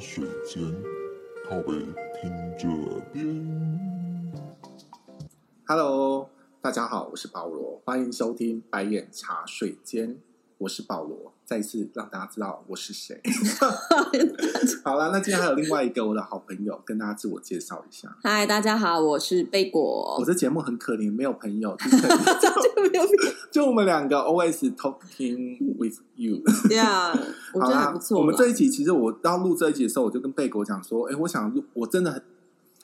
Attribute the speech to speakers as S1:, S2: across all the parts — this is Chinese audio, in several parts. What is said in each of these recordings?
S1: 水间，靠北听这边。
S2: Hello，大家好，我是保罗，欢迎收听《白眼茶水间》，我是保罗，再一次让大家知道我是谁。好啦，那今天还有另外一个我的好朋友，跟大家自我介绍一下。
S3: 嗨，大家好，我是贝
S2: 我
S3: 果。
S2: 这节目很可怜，没有朋友，就是
S3: 这个没有必
S2: 就我们两个 always talking with you。
S3: 要呀，啊我觉
S2: 好
S3: 得
S2: 啦，
S3: 还不错啦。
S2: 我们这一集其实我到录这一集的时候，我就跟贝果讲说，哎、我想录，我真的很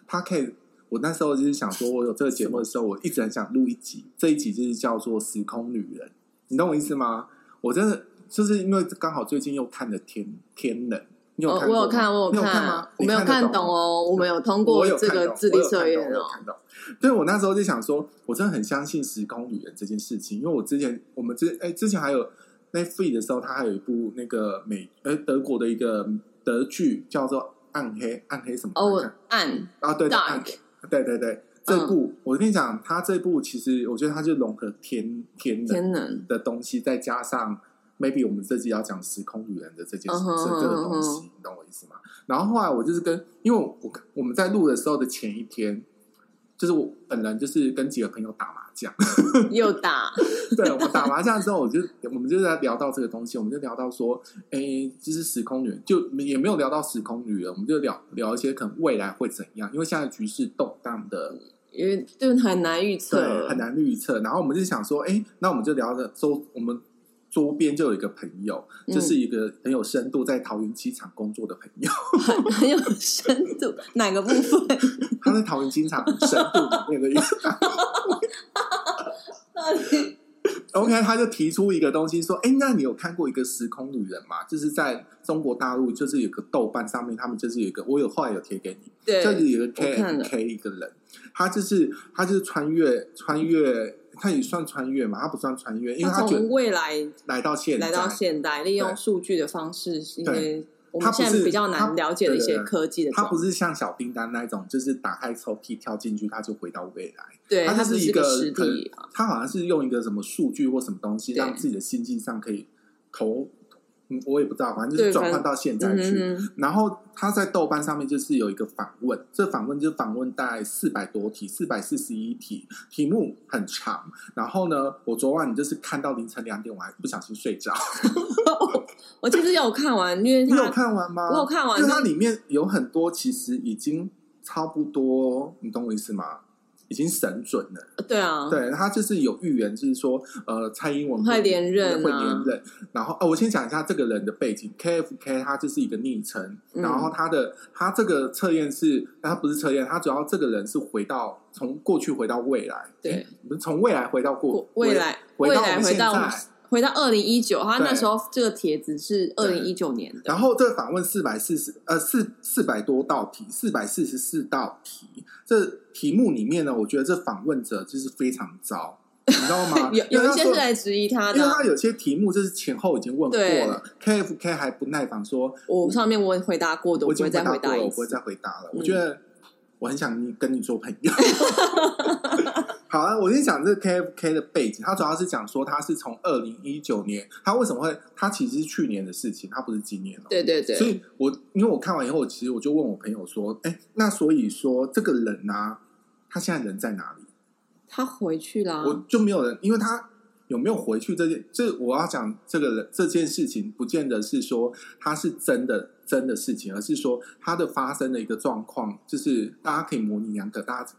S2: p o c a t 我那时候就是想说，我有这个节目的时候，我一直很想录一集，这一集就是叫做《时空旅人》，你懂我意思吗？我真的就是因为刚好最近又看了天《天人》，你有
S3: 哦
S2: 看过吗、
S3: 我有看，我
S2: 你有
S3: 看
S2: 吗
S3: 啊，？我没有
S2: 你
S3: 看
S2: 得
S3: 懂
S2: 吗
S3: 哦，我们有通
S2: 我
S3: 过
S2: 有
S3: 这
S2: 看
S3: 个
S2: 懂
S3: 智
S2: 我
S3: 力
S2: 有
S3: 测
S2: 看
S3: 验
S2: 懂我有
S3: 哦。
S2: 看到，对我那时候就想说，我真的很相信时空旅人这件事情，因为我之前我们之哎之前还有 Netflix 的时候，它还有一部那个美呃德国的一个德剧叫做《暗黑》，暗黑什么？
S3: 哦，我暗
S2: 啊对对暗
S3: dark，嗯
S2: 对对对，这部、我跟你讲，它这部其实我觉得它就融合天天人
S3: 天能，
S2: 的东西，再加上 maybe 我们这集要讲时空旅人的这件
S3: 嗯
S2: 事
S3: 哼嗯
S2: 这这个
S3: 嗯哼
S2: 东西，你懂我意思吗？然后后来我就是跟，因为我我我们在录的时候的前一天，就是我本人就是跟几个朋友打麻将，
S3: 又打，
S2: 对我们打麻将之后，我就我们就在聊到这个东西，我们就聊到说，哎，就是时空旅人，就也没有聊到时空旅人，我们就聊聊一些可能未来会怎样，因为现在局势动荡的
S3: 因为就很难预测，
S2: 对，很。难预测。然后我们就想说，哎，那我们就聊的周，我们周边就有一个朋友，
S3: 嗯
S2: 就是一个很有深度在桃园机场工作的朋友，
S3: 很有深度，哪个部分？
S2: 他在桃园机场很深度里面的一个。OK，他就提出一个东西说，哎，那你有看过一个时空旅人吗？就是在中国大陆，就是有个豆瓣上面，他们就是有一个，我有后来有贴给你，这
S3: 对，
S2: 里有个 K
S3: 我看
S2: N
S3: 了
S2: K 一个人，他就是他就是穿越穿越，他也算穿越嘛，他不算穿越，因为
S3: 他
S2: 他觉
S3: 从
S2: 得
S3: 未来
S2: 来到现在，
S3: 来到现代，利
S2: 对
S3: 用数据的方式，一些我
S2: 它
S3: 们
S2: 不
S3: 现在
S2: 是
S3: 比较
S2: 它
S3: 难了解的一
S2: 对对
S3: 些
S2: 对
S3: 科技的
S2: 他
S3: 状
S2: 不是像小叮当那一种，就是打开抽屉跳进去，他就回到未来。
S3: 对，
S2: 它
S3: 它
S2: 就是
S3: 只
S2: 一
S3: 个
S2: 个
S3: 实
S2: 可能
S3: 体啊，
S2: 他好像是用一个什么数据或什么东西，
S3: 对
S2: 让自己的心境上可以投，嗯，我也不知道，反正就是
S3: 对
S2: 转
S3: 反
S2: 换到现在
S3: 嗯
S2: 去。
S3: 哼哼，
S2: 然后他在豆瓣上面就是有一个访问，这访问就访问大概四百多题，四百四十一题，题目很长。然后呢，我昨晚就是看到凌晨两点，我还不小心睡着。
S3: 我其实有看完，因为
S2: 你
S3: 它
S2: 有看完吗？
S3: 我有看完
S2: 因为
S3: 但
S2: 它里面有很多其实已经差不多，你懂我意思吗？已经神准了。
S3: 对啊，
S2: 对，他就是有预言，就是说，呃，蔡英文
S3: 会连任啊
S2: 会连任。然后，哦，我先讲一下这个人的背景，KFK 他就是一个昵称，
S3: 嗯
S2: 然后他的他这个测验是，他不是测验，他主要这个人是回到从过去回到未来，
S3: 对
S2: 诶，不是从未来回到过
S3: 过未来
S2: 回
S3: 未
S2: 到我
S3: 来
S2: 们
S3: 回
S2: 现
S3: 到我
S2: 在
S3: 们。回到二零一九，他
S2: 对
S3: 那时候这个帖子是二
S2: 对
S3: 零一九年的，？
S2: 然后这个访问四百四十呃四四百多道题，四百四十四道题，这题目里面呢，我觉得这访问者就是非常糟，你知道吗
S3: 有
S2: 因为
S3: 有一
S2: 他
S3: 些
S2: 说
S3: 是来质疑他
S2: 因
S3: 的
S2: 为
S3: 啊，
S2: 他有些题目就是前后已经问过了，KFK 还不耐烦说，
S3: 我上面我也回答过的，
S2: 我
S3: 我
S2: 已
S3: 不
S2: 经
S3: 会再
S2: 答过
S3: 回答
S2: 了，我
S3: 一
S2: 不会
S3: 次。
S2: 再回答了。
S3: 嗯
S2: 我觉得我很想你跟你做朋友。 好啊，我先讲这个 KFK 的背景，他主要是讲说他是从二零一九年，他为什么会，他其实是去年的事情，他不是今年哦。
S3: 对对对，
S2: 所以我，因为我看完以后，其实我就问我朋友说：“哎，那所以说这个人啊，他现在人在哪里？”
S3: 他回去啦。
S2: 我就没有人，因为他有没有回去这件，这我要讲这个人这件事情，不见得是说他是真的真的事情，而是说他的发生的一个状况，就是大家可以模棱两可，大家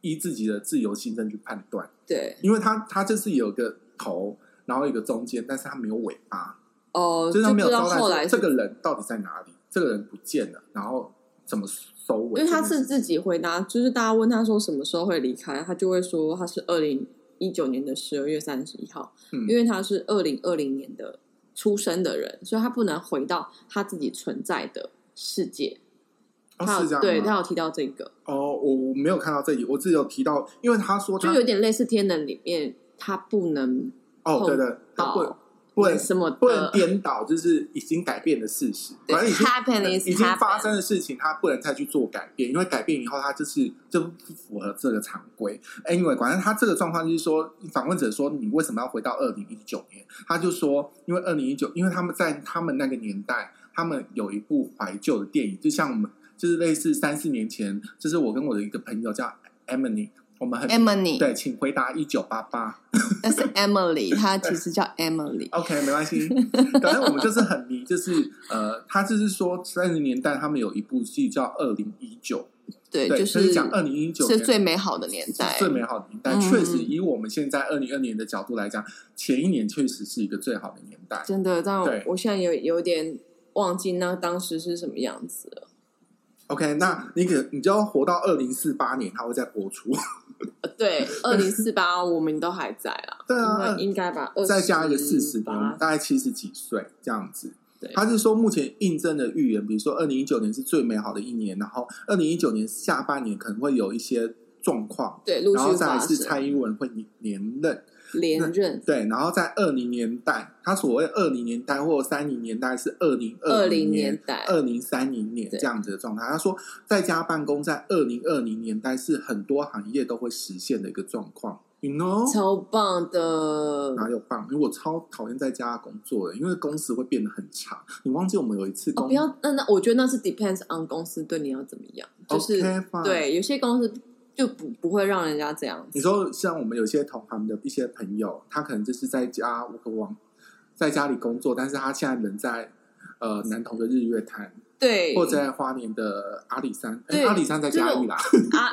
S2: 依自己的自由心证去判断，
S3: 对
S2: 因为他他就是有个头，然后有个中间，但是他没有尾巴，
S3: 哦，
S2: 就是他
S3: 就不
S2: 没有
S3: 知道
S2: 交代
S3: 后
S2: 说
S3: 来
S2: 这
S3: 是，
S2: 个人到底在哪里，这个人不见了，然后怎么收尾，
S3: 因为他
S2: 这件事
S3: 是
S2: 情
S3: 自己回答，就是大家问他说什么时候会离开，他就会说他是二零一九年的十二月三十一号，
S2: 嗯
S3: 因为他是二零二零年的出生的人，所以他不能回到他自己存在的世界。
S2: 哦
S3: 他有
S2: 是这样
S3: 对
S2: 吗
S3: 他有提到这个，
S2: 哦，我我没有看到这里，我只有提到，因为他说
S3: 就
S2: 他
S3: 有点类似天能里面，他不能
S2: 哦，对对，他不
S3: 到
S2: 不能
S3: 什么
S2: 不能
S3: 的
S2: 颠倒，就是已经改变的事实，
S3: 呃对
S2: 反正已经
S3: happen is
S2: 已经发
S3: happen
S2: 生的事情，他不能再去做改变，因为改变以后，他就是就不符合这个常规。Anyway，反正他这个状况就是说，访问者说你为什么要回到二零一九年？他就说，因为二零一九，因为他们在他们那个年代，他们有一部怀旧的电影，就像我们就是类似三四年前，就是我跟我的一个朋友叫 Emily，我们很
S4: Emily，
S2: 对，请回答一九八八。
S4: 那 是 Emily，她其实叫 Emily。
S2: OK，没关系，反正我们就是很迷，就是呃，他就是说三十年代他们有一部戏叫《二零一九》，
S4: 对，
S2: 对，
S4: 就
S2: 就是讲二零一九
S4: 是最美好的年代，
S2: 最美好的年代，
S4: 嗯
S2: 确实以我们现在二零二年的角度来讲，前一年确实是一个最好的年代。
S3: 真的，但
S2: 对
S3: 我现在有有点忘记那当时是什么样子了。
S2: OK，那你可你就要活到二零四八年，它会再播出。
S3: 呃对，二零四八我们都还在啦，
S2: 对
S3: 应
S2: 啊
S3: 该，应该吧，
S2: 再加一个四十年，
S3: 八，
S2: 大概七十几岁这样子。
S3: 对，
S2: 他是说目前印证的预言，比如说二零一九年是最美好的一年，然后二零一九年下半年可能会有一些状况，
S3: 对陆
S2: 然后
S3: 续
S2: 再
S3: 发
S2: 来是
S3: 生
S2: 蔡英文会连任，
S3: 连任，
S2: 对，然后在二零年代，他所谓二零年代或三零年代是二零
S3: 二
S2: 零
S3: 零年代
S2: 二零三零年
S3: 对
S2: 这样子的状态。他说，在家办公在二零二零年代是很多行业都会实现的一个状况，you know。
S3: 超棒的，
S2: 哪有棒？因为我超讨厌在家工作的，因为工时会变得很长。你忘记我们有一次
S3: 哦，
S2: 工、
S3: 不要，那那我觉得那是 depends on 公司对你要怎么样，就是
S2: OK，fine
S3: 对有些公司就不不会让人家这样
S2: 你
S3: 子，
S2: 说像我们有些同行的一些朋友，他可能就是在家我可往在家里工作，但是他现在人在呃南投的日月潭，
S3: 对，
S2: 或者在花莲的阿里山，哎
S3: 对
S2: 阿里山在嘉义啦，
S3: 阿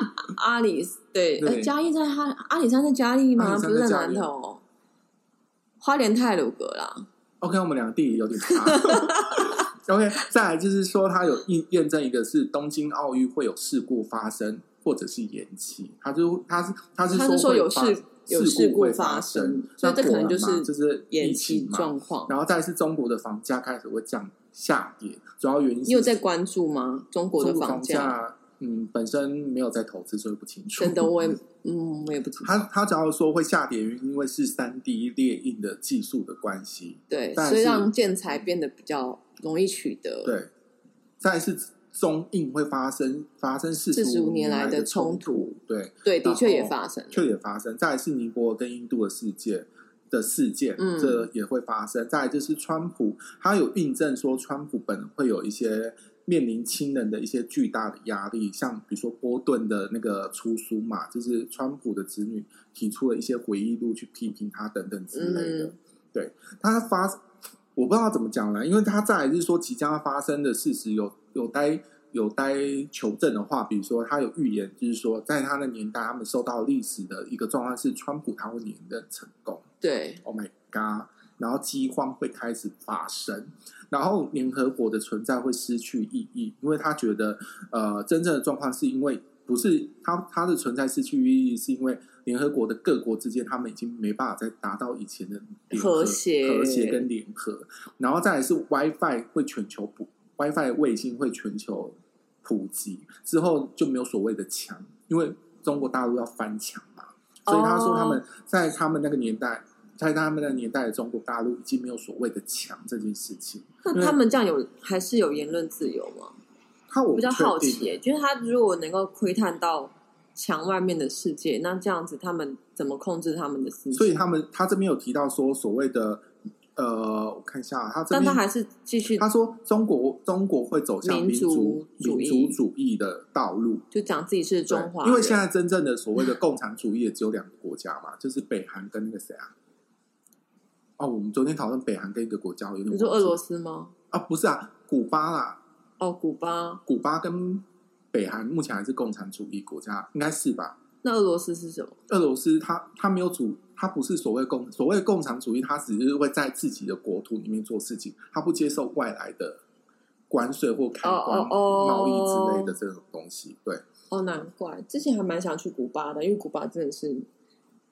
S3: 阿里对，
S2: 对
S3: 呃嘉义在哈阿里山在嘉义
S2: 阿里
S3: 吗？不
S2: 山
S3: 是
S2: 在
S3: 在
S2: 嘉义
S3: 南投，花莲泰鲁阁啦，
S2: OK，我们两个地理有点差。OK，再 来就是说，它有验验证一个是东京奥运会有事故发生或者是延期，它就它是它是
S3: 他
S2: 说
S3: 是说
S2: 会
S3: 有
S2: 发
S3: 事有
S2: 事
S3: 事
S2: 故会
S3: 故
S2: 发
S3: 发
S2: 生
S3: 生，，所
S2: 那
S3: 以这可
S2: 果
S3: 能就
S2: 然嘛
S3: 是
S2: 就是
S3: 延
S2: 疫
S3: 期
S2: 情嘛。
S3: 状况。
S2: 然后再来是中国的房价开始会降下跌，主要原因是
S3: 你有在关注吗？中国
S2: 中
S3: 的
S2: 国房
S3: 价？
S2: 价，嗯，本身没有在投资，所以不清楚。
S3: 真的，我也嗯，我也不知道。
S2: 他他只要说会下跌，原因因为是三 D 列印的技术的关系，
S3: 对，
S2: 但
S3: 所以
S2: 是
S3: 让建材变得比较容易取得。
S2: 对。再来是中印会发生发生四
S3: 45
S2: 五
S3: 年
S2: 来
S3: 来
S2: 的
S3: 的冲
S2: 突，对，
S3: 对，的确也
S2: 然后
S3: 发生了。
S2: 确也发生。再来是尼泊尔跟印度的事件的事件，
S3: 嗯
S2: 这也会发生。再来就是川普，他有印证说川普本人会有一些。面临亲人的一些巨大的压力，像比如说波顿的那个出书嘛，就是川普的子女提出了一些回忆录去批评他等等之类的。
S3: 嗯
S2: 对他发，我不知道怎么讲啦，因为他再来就是说即将要发生的事实有有待有待求证的话，比如说他有预言，就是说在他的年代，他们受到历史的一个状况是川普他会连任成功
S3: 对，
S2: ，Oh my god！然后饥荒会开始发生，然后联合国的存在会失去意义，因为他觉得呃真正的状况是因为。不是他他的存在失去意义，是因为联合国的各国之间，他们已经没办法再达到以前的联合
S3: 和谐
S2: 和谐跟联合，然后再来是 WiFi 会全球普 WiFi 卫星会全球普及之后就没有所谓的墙，因为中国大陆要翻墙嘛，所以他说
S3: 哦
S2: 他们在他们那个年代，在他们那个年代的中国大陆已经没有所谓的墙这件事情。因
S3: 那
S2: 为
S3: 他们这样有还是有言论自由吗？
S2: 他我
S3: 我
S2: 不
S3: 比较
S2: 确
S3: 好
S2: 定
S3: 奇耶，就是他如果能够窥探到墙外面的世界，那这样子他们怎么控制他们的思
S2: 所以
S3: 想？
S2: 他们他这边有提到说所谓的呃，我看一下啊，他这
S3: 但
S2: 边
S3: 他还是继续
S2: 他说中国中国会走向
S3: 民
S2: 民族
S3: 族主义
S2: 民族主义的道路，
S3: 就讲自己是
S2: 对
S3: 中华人，
S2: 因为现在真正的所谓的共产主义也只有两个国家嘛，就是北韩跟那个谁啊？哦，我们昨天讨论北韩跟一个国家，我有点
S3: 你说
S2: 忘
S3: 俄
S2: 记
S3: 罗斯吗？
S2: 啊？不是啊，古巴啦，
S3: 哦，古巴，
S2: 古巴跟北韩目前还是共产主义国家，应该是吧？
S3: 那俄罗斯是什么？
S2: 俄罗斯它它没有主，它不是所谓共所谓共产主义，它只是会在自己的国土里面做事情，它不接受外来的关税或开关、
S3: 哦哦哦
S2: 贸易之类的这种东西。对，
S3: 哦，难怪之前还蛮想去古巴的，因为古巴真的是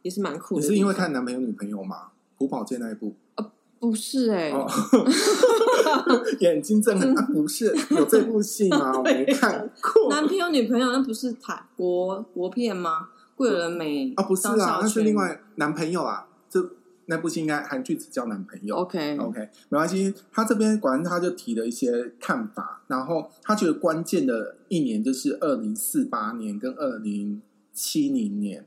S3: 也是蛮酷
S2: 你
S3: 的地方。
S2: 是因为看男朋友女朋友吗？朴宝剑那一部
S3: 不是哎、
S2: 哦， 眼睛睁很大，不是有这部戏吗？我没看过
S4: 男朋友女朋友那不是台国国片吗？桂纶镁
S2: 啊，不是
S4: 张
S2: 啊
S4: 孝，
S2: 那是
S4: 全
S2: 另外男朋友啊，这那部戏应该韩剧只叫男朋友。
S4: 哦
S3: OK，
S2: OK，没关系。他这边果然他就提了一些看法，然后他觉得关键的一年就是二零四八年跟二零七零年。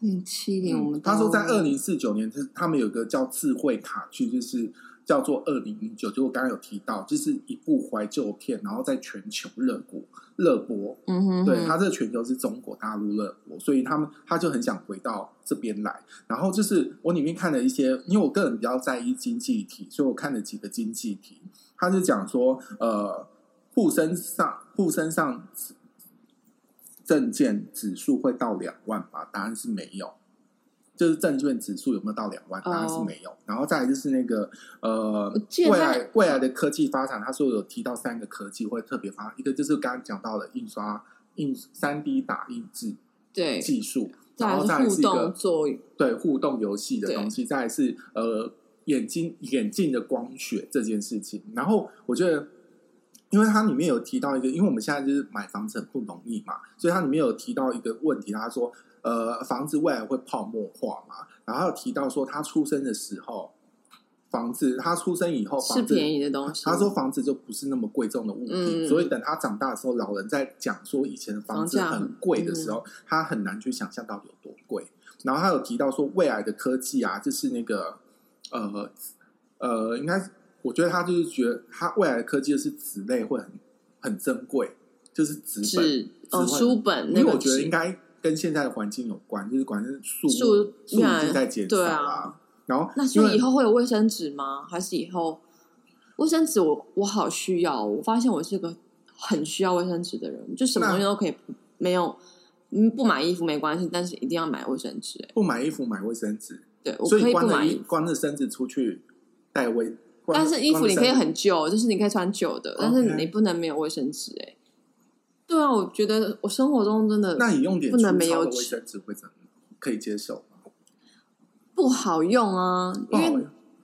S4: 零七年，我们
S2: 嗯他说在
S4: 到
S2: 二零四九年，他他们有个叫智慧卡区，就是叫做《二零零九》，就我刚刚有提到，就是一部怀旧片，然后在全球热播热播。
S3: 嗯哼，
S2: 对，它这个全球是中国大陆热播，所以他们他就很想回到这边来。然后就是我里面看了一些，因为我个人比较在意经济体，所以我看了几个经济体，他就讲说，呃，沪深上沪深上证券指数会到两万吧？答案是没有。就是证券指数有没有到两万？答
S3: 哦
S2: 案是没有。然后再来就是那个呃
S3: 我记，得
S2: 未
S3: 他
S2: 来未来的科技发展，他说有提到三个科技会特别发，一个就是刚刚讲到的印刷印三 D 打印制
S3: 对，
S2: 技术，
S3: 再
S2: 然后再
S3: 来
S2: 来
S3: 是互
S2: 是一
S3: 动
S2: 个
S3: 作用，
S2: 对互动游戏的
S3: 对
S2: 东西，再来是呃眼睛眼镜的光学这件事情。然后我觉得，因为它里面有提到一个，因为我们现在就是买房子很不容易嘛，所以它里面有提到一个问题，他说呃房子未来会泡沫化嘛，然后有提到说他出生的时候，房子他出生以后
S3: 是
S2: 房子
S3: 便宜的东西。
S2: 他说房子就不是那么贵重的物品，
S3: 嗯
S2: 所以等他长大的时候，老人在讲说以前的房子
S3: 房价嗯
S2: 很贵的时候，他很难去想象到底有多贵。然后他有提到说未来的科技啊，就是那个呃呃，应该我觉得他就是觉得他未来的科技就是纸类会很很珍贵，就是纸本，
S3: 纸哦，
S2: 纸会
S3: 书本那
S2: 因为
S3: 个
S2: 我觉得
S3: 纸
S2: 应该跟现在的环境有关，就是管是数
S3: 数
S2: 数
S3: 越来
S2: 字在减少
S3: 对
S2: 啦、
S3: 啊
S2: 然后
S3: 那所
S2: 因为
S3: 以以后会有卫生纸吗？还是以后卫生纸我我好需要哦？我发现我是个很需要卫生纸的人，就什么
S2: 那
S3: 东西都可以不没有，嗯，不买衣服没关系，但是一定要买卫生纸。哎
S2: 不买衣服买卫生纸。
S3: 对，我
S2: 所
S3: 可
S2: 以
S3: 以
S2: 光
S3: 不
S2: 着
S3: 买
S2: 衣
S3: 衣服，
S2: 光着身子出去带卫，光
S3: 但是衣服你
S2: 光
S3: 可以
S2: 着身
S3: 很旧，就是你可以穿旧的，但是
S2: OK
S3: 你不能没有卫生纸。哎，对啊，我觉得我生活中真的
S2: 那你用点
S3: 不能没
S2: 粗糙
S3: 有
S2: 的卫生纸会怎么可以接受吗？
S3: 不好用啊，因为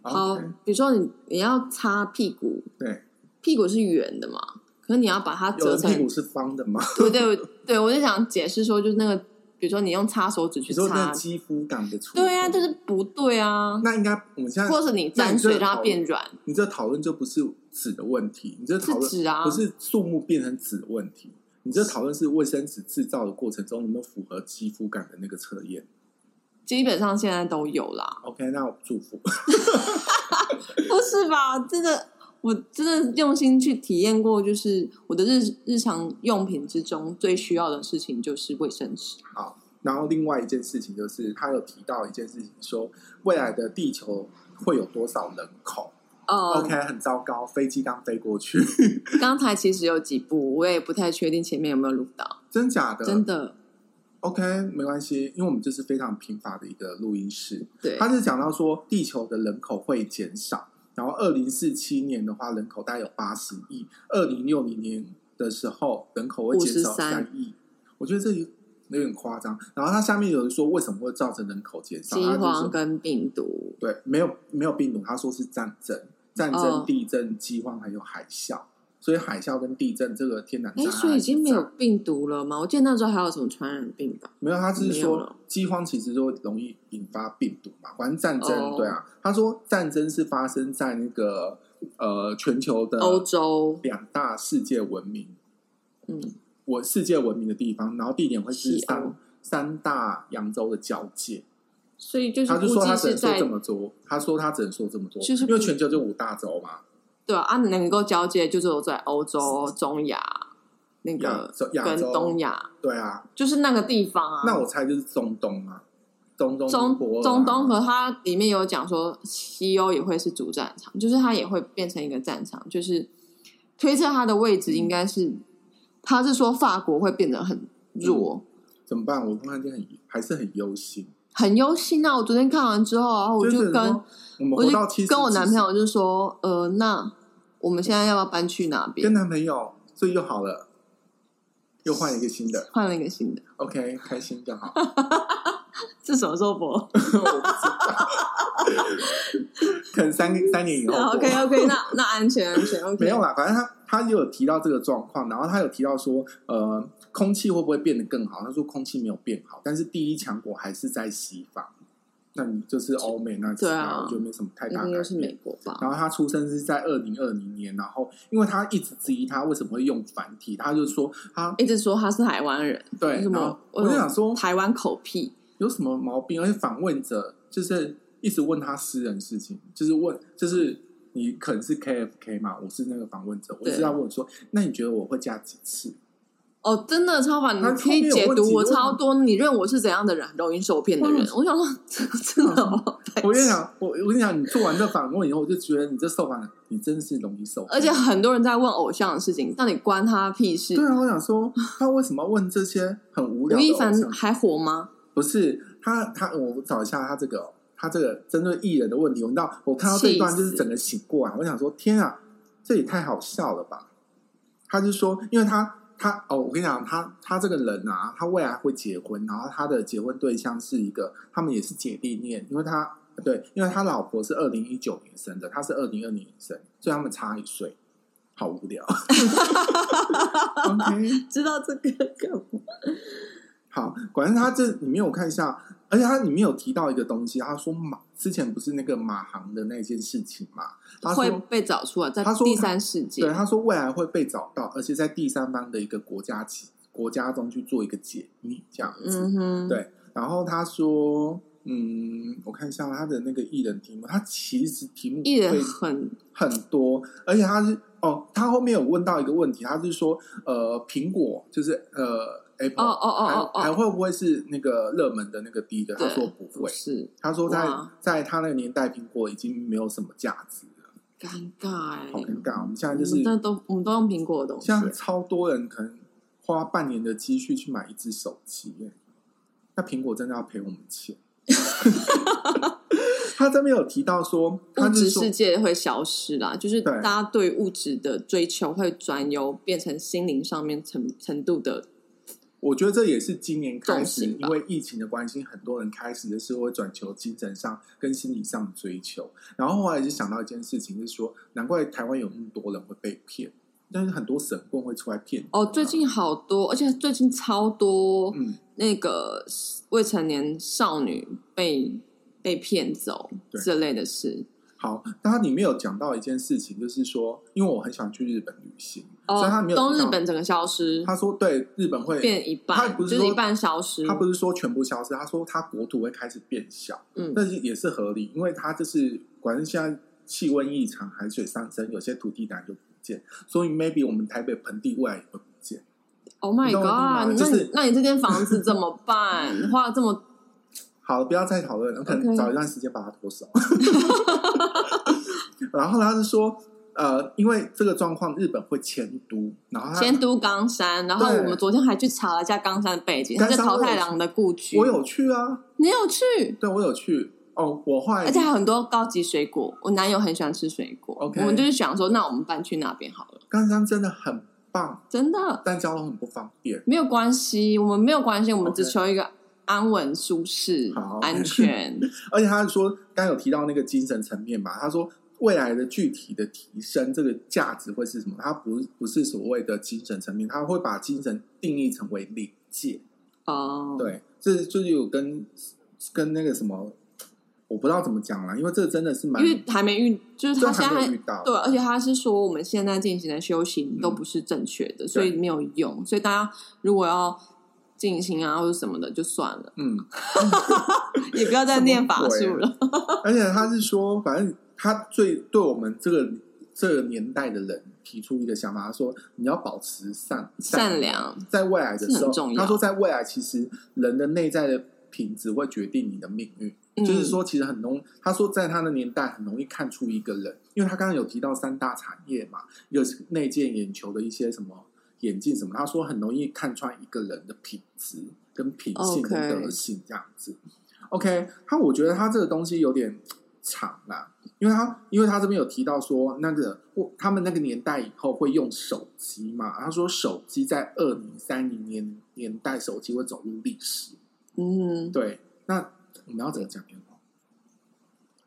S2: 不
S3: 好
S2: o k，
S3: 比如说你你要擦屁股，
S2: 对，
S3: 屁股是圆的嘛，可是你要把它
S2: 有
S3: 折
S2: 人
S3: 成
S2: 屁股是方的吗？
S3: 对对对，我就想解释说，就是那个，比如说你用擦手指去
S2: 你说那
S3: 擦，
S2: 肌肤感的触，
S3: 对啊，就是不对啊，
S2: 那应该我们现在
S3: 或者是你
S2: 那
S3: 沾
S2: 你这
S3: 水
S2: 个
S3: 让
S2: 讨论
S3: 它变软，
S2: 你这讨论就不是纸的问题，你这讨
S3: 是
S2: 论
S3: 纸啊
S2: 不，是树木变成纸的问题。你这讨论是卫生纸制造的过程中有没有符合肌肤感的那个测验
S3: 基本上现在都有啦，
S2: ？OK，那我祝福。
S3: 不是吧？真的，我真的用心去体验过，就是我的日日常用品之中最需要的事情就是卫生纸，
S2: 然后另外一件事情就是，他有提到一件事情说，未来的地球会有多少人口、
S3: 哦
S2: o k 很糟糕，飞机刚飞过 去，
S3: 刚才其实有几部，我也不太确定前面有没有录到，
S2: 真假的？
S3: 真的，
S2: OK，没关系，因为我们这是非常贫乏的一个录音室。
S3: 对，
S2: 他是讲到说，地球的人口会减少，然后二零四七年的话，人口大概有八十亿，二零六零年的时候，人口会减少
S3: 53
S2: 三亿。我觉得这有有点夸张。然后他下面有人说，为什么会造成人口减少？
S3: 饥
S2: 他就是
S3: 荒跟病毒，
S2: 对，没有没有病毒，他说是战争、战争、
S3: 哦
S2: 地震、饥荒还有海啸，所以海啸跟地震这个天然
S3: 哎，
S2: 灾害
S3: 所以已经没有
S2: 是在
S3: 病毒了吗？我记得那时候还有什么传染病吧？
S2: 没有，他是
S3: 没有
S2: 说
S3: 了
S2: 饥荒其实就容易引发病毒嘛，反正战争、
S3: 哦
S2: 对啊，他说战争是发生在那个呃全球的
S3: 欧洲，
S2: 两大世界文明，
S3: 嗯，
S2: 我世界文明的地方，然后地点会是
S3: 西欧
S2: 三三大洋洲的交界，
S3: 所以就是
S2: 他就
S3: 估
S2: 说他只
S3: 计是
S2: 能说
S3: 在
S2: 这么多，他说他只能说这么多，
S3: 就是
S2: 因为全球就五大洲嘛，
S3: 对啊，啊能够交接就只有在欧洲、中亚那
S2: 亚
S3: 个
S2: 洲亚
S3: 嗯跟
S2: 洲
S3: 东亚，
S2: 对啊，
S3: 就是那个地方啊。
S2: 那我猜就是中东啊，中东、博
S3: 中
S2: 尔啊
S3: 中东和它里面有讲说，西欧也会是主战场，就是它也会变成一个战场，就是推测它的位置应该是，他是说法国会变得很弱。
S2: 嗯怎么办？我突然间很还是很忧心，
S3: 很忧心啊！我昨天看完之后啊，我
S2: 是
S3: 就
S2: 说
S3: 跟
S2: 我们
S3: 我
S2: 活
S3: 就
S2: 到七十，
S3: 跟我男朋友就说，呃，那我们现在要不要搬去哪边
S2: 跟？男朋友，所以又好了，又换一个新的
S3: 换了一个 新的，
S2: ，OK，开心就好。
S3: 是什么时候播
S2: 可能三三年以后 过
S3: ？OK OK，那那安全安全 OK，
S2: 啊没有啦，反正他他就有提到这个状况，然后他有提到说，呃，空气会不会变得更好？他说空气没有变好，但是第一强国还是在西方，那你就是欧美那其
S3: 对
S2: 他，
S3: 啊
S2: 我觉得没什么太
S3: 一
S2: 大
S3: 定
S2: 改
S3: 又是美
S2: 变。
S3: 国吧？
S2: 然后他出生是在二零二零年，然后因为他一直质疑他为什么会用繁体，他就说他
S3: 一直说他是台湾人，
S2: 对
S3: 为，什
S2: 然
S3: 么
S2: 后？我就想说
S3: 台湾口癖，
S2: 有什么毛病？而且访问者就是一直问他私人事情，就是问，就是你可能是 KFK 嘛，我是那个访问者，我
S3: 对
S2: 是要问说，那你觉得我会加几次？
S3: 哦，真的超凡，你
S2: 他
S3: 可以解
S2: 后面有问
S3: 读
S2: 题
S3: 我超多。你认我是怎样的人，很容易受骗的人。我想说，真的哦，白痴
S2: 嗯我跟你讲，我我跟你讲，你做完这访问以后，我就觉得你这受访人，你真是容易受骗。
S3: 而且很多人在问偶像的事情，到底关他屁事？
S2: 对啊，啊我想说，他为什么问这些很无聊
S3: 吴
S2: 的
S3: 亦
S2: 偶像
S3: 凡还火吗？
S2: 不是他，他我找一下他这个哦，他这个针对艺人的问题，我知道我看到这一段
S3: 气
S2: 就
S3: 死
S2: 是整个醒过来，我想说天啊，这也太好笑了吧！他就说，因为他他哦，我跟你讲，他他这个人啊，他未来会结婚，然后他的结婚对象是一个，他们也是姐弟恋，因为他对，因为他老婆是二零一九年生的，他是二零二零年生，所以他们差一岁，好无聊。OK，
S4: 知道这个梗吗？
S2: 好，管正他这里面我看一下，而且他里面有提到一个东西，他说马之前不是那个马航的那件事情嘛，他
S3: 会
S2: 说
S3: 被找出来，在
S2: 他说
S3: 第三世界
S2: 对，。他说未来会被找到，而且在第三方的一个国家起国家中去做一个解密这样子。
S3: 嗯哼，
S2: 对然后他说，嗯，我看一下他的那个艺人题目，他其实题目
S3: 艺
S2: 非
S3: 人很
S2: 很多，而且他是哦，他后面有问到一个问题，他是说呃，苹果就是呃 Apple，
S3: 哦哦哦哦哦
S2: 还还会不会是那个热门的那个第一个？他
S3: 对
S2: 说不
S3: 不
S2: 会，
S3: 是
S2: 他说在
S3: 哇
S2: 在他那个年代，苹果已经没有什么价值了，
S3: 尴尬哎
S2: 好，尴尬。我们现在
S3: 我
S2: 就是
S3: 们嗯那都我们都用苹果的东西
S2: 现，在超多人可能花半年的积蓄去买一只手机耶，那苹果真的要赔我们钱。 他这边有提到说，
S3: 物
S2: 他
S3: 质
S2: 是说
S3: 世界会消失啦，就是
S2: 对
S3: 大家对物质的追求会转由变成心灵上面程程度的，
S2: 我觉得这也是今年开始，
S3: 重心
S2: 因
S3: 吧
S2: 为疫情的关系，很多人开始的是会转求精神上跟心理上的追求。然后后来就想到一件事情，就是说，难怪台湾有那么多人会被骗，但是很多神棍会出来骗你
S3: 哦，最近好多，而且最近超多，
S2: 嗯，
S3: 那个未成年少女被被骗走
S2: 对
S3: 这类的事。
S2: 好，那它里面有讲到一件事情，就是说，因为我很喜欢去日本旅行，所以他
S3: 哦
S2: 没，有
S3: 东
S2: 提
S3: 日
S2: 到
S3: 本整个消失，
S2: 他说对日本会
S3: 变一
S2: 他
S3: 半，
S2: 不
S3: 就是是
S2: 说
S3: 一半消失。
S2: 他不是说全部消失，他说他国土会开始变小，
S3: 嗯
S2: 但是也是合理，因为它就是管正现在气温异常，海水上升，有些土地奶就不见，所以 maybe 我们台北盆地未来也会不见。
S3: ，Oh my
S2: 你懂我意
S3: god！
S2: 思吗就是
S3: 那你那你这间房子怎么办？花了 这么
S2: 好了，不要再讨论了，可能
S3: OK
S2: 找一段时间把它脱手。 然后他是说，呃，因为这个状况，日本会迁都，然后他
S3: 迁都冈山，然后
S2: 对
S3: 我们昨天还去查了一下冈山的背景，它
S2: 冈
S3: 是
S2: 山
S3: 桃
S2: 我有
S3: 太郎的故居。
S2: 我有去啊，
S3: 你有去？
S2: 对我有去哦，我后来
S3: 而且还有很多高级水果，我男友很喜欢吃水果。
S2: OK
S3: 我们就是想说，那我们搬去那边好了，
S2: 冈山真的很棒，
S3: 真的。
S2: 但交通很不方便。
S3: 没有关系，我们没有关系，我们
S2: OK
S3: 只求一个安稳、舒适
S2: 好、
S3: 安全。
S2: 而且他说，刚刚有提到那个精神层面嘛，他说未来的具体的提升，这个价值会是什么？他不不是所谓的精神层面，他会把精神定义成为理界。
S3: 哦，
S2: 对，这就是有跟跟那个什么，我不知道怎么讲啦，因为这真的是蛮
S3: 因，为还没遇，就是
S2: 这
S3: 他现
S2: 还没有
S3: 在
S2: 遇到。嗯
S3: 对，而且他是说我们现在进行的修行都不是正确的，所以没有用。所以大家如果要进行啊或者什么的，就算 了，
S2: 嗯，
S3: 也不要再念法
S2: 什
S3: 术
S2: 么鬼
S3: 了。
S2: 而且他是说，反正他最对我们这个这个年代的人提出一个想法，他说你要保持善
S3: 善良，
S2: 在未来的时
S3: 是
S2: 候
S3: 很重，要
S2: 他说在未来其实人的内在的品质会决定你的命运，
S3: 嗯
S2: 就是说其实很容，他说在他的年代很容易看出一个人，因为他刚刚有提到三大产业嘛，一个是内建眼球的一些什么眼镜什么，他说很容易看穿一个人的品质跟品性跟
S3: OK
S2: 德性这样子。OK，他我觉得他这个东西有点长啦，因为他因为他这边有提到说那个我他们那个年代以后会用手机嘛，他说手机在二零三零年年代手机会走入历史，
S3: 嗯，
S2: 对，那我们要怎么讲变化？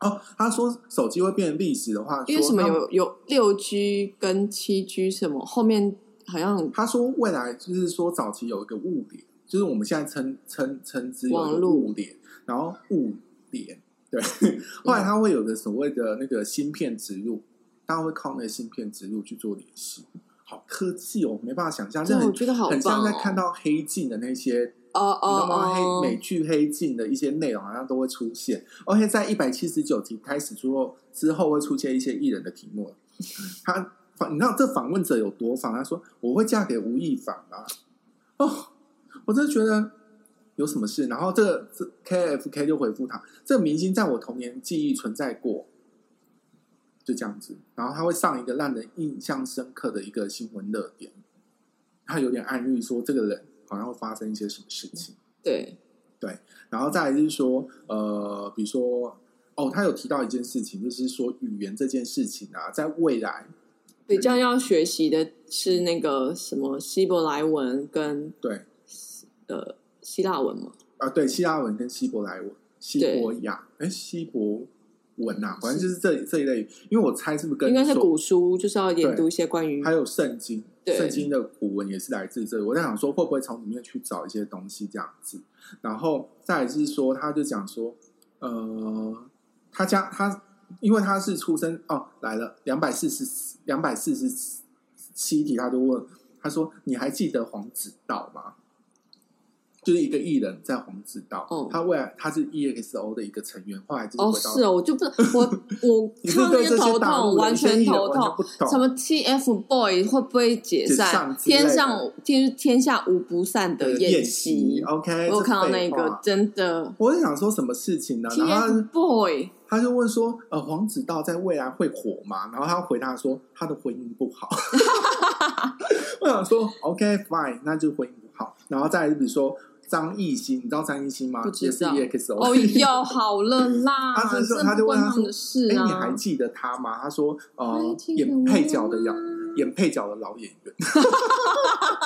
S2: 哦，他说手机会变成历史的话，
S3: 因为
S2: 说
S3: 什么
S2: 他
S3: 有有六 G 跟七 G 什么，后面好像
S2: 他说未来就是说早期有一个物联，就是我们现在称称称之有一
S3: 网
S2: 个
S3: 络
S2: 物联，然后物联对，后来他会有个所谓的那个芯片植入，他会靠那个芯片植入去做联系，好科技哦，没办法想象，
S3: 这
S2: 这
S3: 我
S2: 很
S3: 觉得好
S2: 很像
S3: 棒
S2: 在
S3: 哦
S2: 看到黑镜的那些
S3: 哦
S2: 你知道吗？
S3: 哦哦，
S2: 黑美剧《黑镜》的一些内容好像都会出现，而且在一百七十九集开始之后，之后会出现一些艺人的题目。
S3: 嗯
S2: 他，你知道这访问者有多访？他说：“我会嫁给吴亦凡啊！”哦，我真的觉得有什么事。然后这个这 KFK 就回复他：“这个明星在我童年记忆存在过。”就这样子，然后他会上一个让人印象深刻的一个新闻热点，他有点暗喻说这个人好像会发生一些什么事情。
S3: 对，
S2: 然后再来就是说，呃，比如说，哦，他有提到一件事情，就是说语言这件事情啊，在未来，
S3: 比较要学习的是那个什么希伯来文跟
S2: 对
S3: 呃希腊文嘛，
S2: 啊，对，希腊文跟希伯来文、希伯雅，哎，希伯文啊，反正就是这这一类，因为我猜是不是跟
S3: 应该是
S2: 说
S3: 古书，就是要研读一些关于
S2: 还有圣经，
S3: 对
S2: 圣经的古文也是来自这里。我在想说，会不会从里面去找一些东西这样子？然后再来是说，他就讲说，呃，他家他因为他是出生哦，来了两百四十两百四十七题，他就问他说：“你还记得黄子道吗？”就是一个艺人，在黄子道，
S3: 哦
S2: 他未来他是 EXO 的一个成员，后来就是
S3: 哦，
S2: 回到
S3: 是哦，我就不 我我
S2: 你是
S3: 看
S2: 对
S3: 那
S2: 这
S3: 些
S2: 些
S3: 头
S2: 大陆
S3: 痛，
S2: 的
S3: 完
S2: 一些
S3: 全
S2: 艺人完
S3: 头
S2: 全
S3: 痛
S2: 不。懂
S3: 什么 TFBOY 会不会解
S2: 解散
S3: 散？
S2: 之类的
S3: 天上天天下无不散的宴
S2: 席哦
S3: 席。
S2: ，OK，
S3: 我有看到那个，真的
S2: 我在想说什么事情呢？然后他
S3: TFBOY
S2: 他就问说：“呃，黄子韬在未来会火吗？”然后他回答说：“他的婚姻不好。” 我想说：“OK fine，那就婚姻不好。”然后再来比如说张艺兴，你知道张艺兴吗
S3: 不？知
S2: 也是
S3: 道
S2: EXO。
S3: 哦， 又好了啦，
S2: 他是说
S3: 这
S2: 他就
S3: 不
S2: 问
S3: 关
S2: 他
S3: 他
S2: 说
S3: 们的事
S2: 哎、你还
S3: 啊。
S2: 记得他吗？”他说：“呃
S3: 还，记得
S2: 演配角的
S3: 我
S2: 老
S3: 吗
S2: 演配角的老演 员。”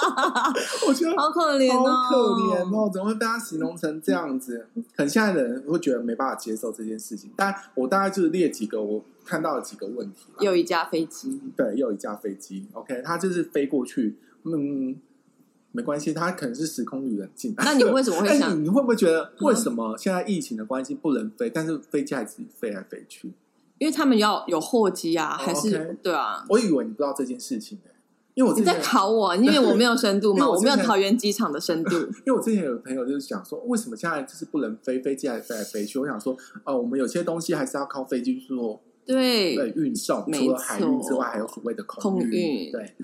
S2: 我觉得
S3: 好可怜哦，
S2: 好可怜哦，怎么会被他形容成这样子？可能现在的人会觉得没办法接受这件事情。但我大概就是列几个我看到的几个问题啦。
S3: 又一架飞机，
S2: 对，又有一架飞机，OK，他就是飞过去，嗯，没关系，他可能是时空旅人进来。
S3: 那你为什么 会
S2: 哎
S3: 想？嗯
S2: 你你会不会觉得为什么现在疫情的关系不能飞，但是飞机还自己飞来飞去？
S3: 因为他们要有货机啊，还
S2: 哦，OK
S3: 是对啊？
S2: 我以为你不知道这件事情呢、欸因为我之
S3: 你
S2: 前
S3: 在考我，因为我没有深度
S2: 因
S3: 嘛，
S2: 为我
S3: 我没有
S2: 之前
S3: 桃园机场的深度。
S2: 因为我之前有朋友就是讲说，为什么现在就是不能飞飞机还飞来飞去？我想说，哦，我们有些东西还是要靠飞机去做
S3: 对，
S2: 对运送，
S3: 没
S2: 除了海运之
S3: 错
S2: 外，还有所谓的空
S3: 空
S2: 运。
S3: 运
S2: 对，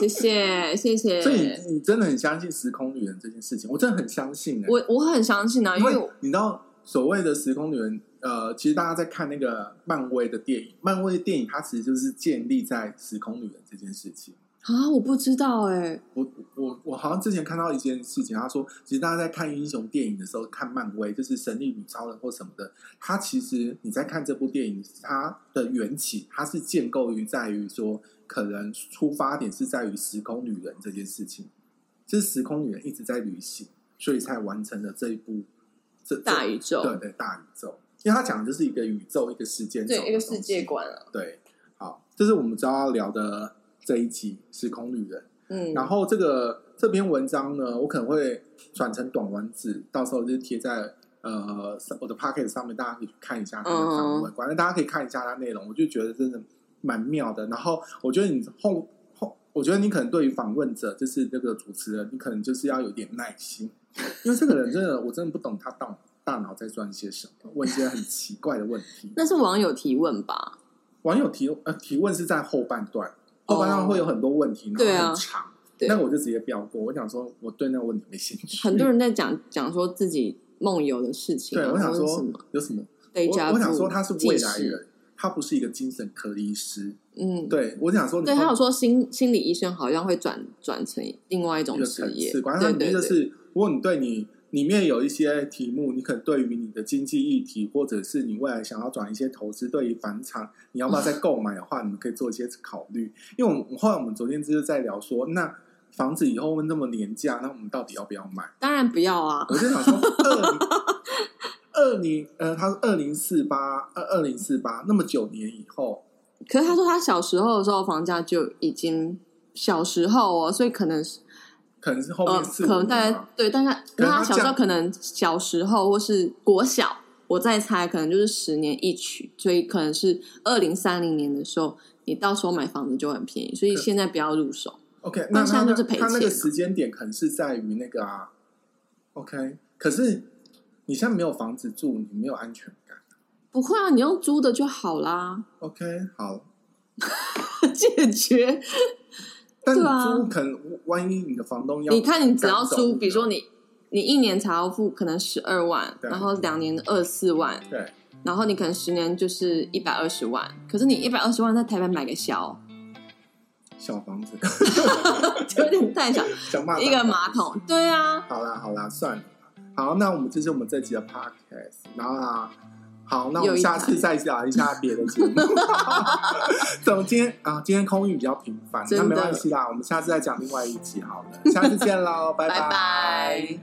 S3: 谢谢谢谢。
S2: 所以你你真的很相信时空旅人这件事情，我真的很相信、欸。
S3: 我我很相信啊，因
S2: 因
S3: 为
S2: 为
S3: 我
S2: 你知道所谓的时空旅人，呃，其实大家在看那个漫威的电影，漫威的电影它其实就是建立在时空旅人这件事情。
S3: 啊，我不知道哎，
S2: 我我我好像之前看到一件事情，他说，其实大家在看英雄电影的时候，看漫威就是神力女超人或什么的，它其实你在看这部电影，它的缘起，它是建构于在于说，可能出发点是在于时空女人这件事情，就是时空女人一直在旅行，所以才完成了这一部这这
S3: 大宇宙
S2: 对对大宇宙，因为它讲的就是一个宇宙一个时间轴的
S4: 对一个
S2: 东
S4: 世
S2: 西
S4: 界观啊，
S2: 对，好，这是我们要聊的这一集时空旅人。
S4: 嗯，
S2: 然后这个这篇文章呢，我可能会转成短文字，到时候就贴在呃我的 Pocket 上面，大家可以去看一下它的长文。反正大家可以看一下它内容，我就觉得真的蛮妙的。然后我觉得你后后，我觉得你可能对于访问者，就是这个主持人，你可能就是要有点耐心，因为这个人真的我真的不懂他大大脑在转些什么，问一些很奇怪的问题。
S3: 那是网友提问吧？
S2: 网友提呃提问是在后半段，后半段会有很多问题，
S3: 哦对
S2: 然后
S3: 啊
S2: 很长。
S3: 对
S2: 那我就直接标过，我想说我对那个问题没兴趣。
S3: 很多人在讲讲说自己梦游的事
S2: 嗯
S3: 情
S2: 对
S3: 啊，
S2: 我想
S3: 或者什
S2: 说
S3: 么
S2: 有什么？
S3: d
S2: 我
S3: a
S2: 我想说他是未来人，他不是一个精神科医师。
S3: 嗯，
S2: 对我想说你
S3: 对，他
S2: 换
S3: 有说心心理医生好像会转转成另外一
S2: 一
S3: 种
S2: 个
S3: 职
S2: 层
S3: 业，
S2: 次，管他
S3: 对
S2: 你
S3: 对
S2: 就
S3: 对，
S2: 是，如果你对你里面有一些题目，你可能对于你的经济议题，或者是你未来想要转一些投资，对于房产，你要不要再购买的话，你们可以做一些考虑。因为我们后来我们昨天就是在聊说，那房子以后会那么廉价，那我们到底要不要买？
S3: 当然不要啊，
S2: 我就想说二二零呃，他是二零四八二二零四八，那么九年以后，
S3: 可是他说他小时候的时候房价就已经小时候哦，所以可能是
S2: 可能是后
S3: 呃，
S2: 面四
S3: 可
S2: 五
S3: 能
S2: 年
S3: 大概
S2: 吧
S3: 对，但他
S2: 可
S3: 可
S2: 能
S3: 是
S2: 他
S3: 他小时
S2: 这
S3: 候
S2: 样
S3: 可能小时候或是国小，我在猜可能就是十年一曲，所以可能是二零三零年的时候，你到时候买房子就很便宜，所以
S2: 可
S3: 现在不要入手。
S2: OK，
S3: 那
S2: 那
S3: 现在
S2: 他
S3: 就是赔
S2: 他那个
S3: 钱啊
S2: 时间点可能是在于那个啊， OK，可是你现在没有房子住，你没有安全感。
S3: 不会啊，你用租的就好啦，
S2: OK，好，
S3: 解决。
S2: 但
S3: 对啊
S2: 租可能万一你的房东要
S3: 你看，你只要
S2: 赶走
S3: 租，比如说你你一年才要付可能十二万，
S2: 对嗯
S3: 然后两年二四万，
S2: 对，
S3: 然后你可能十年就是一百二十万，可是你一百二十万在台北买个小，
S2: 小房 子，
S3: 有点太小，
S2: 想办法
S3: 一个马桶，对啊，
S2: 好啦好啦，算了啦。好，那我们这是我们这集的 podcast，然后啊，好，那我
S3: 又
S2: 们
S3: 一
S2: 下
S3: 台
S2: 次再聊一下别的 节目。 怎么今天啊？今天空运比较频繁，
S3: 真
S2: 那
S3: 的
S2: 没关系啦，我们下次再讲另外一集好了。下次见喽，拜
S3: 拜拜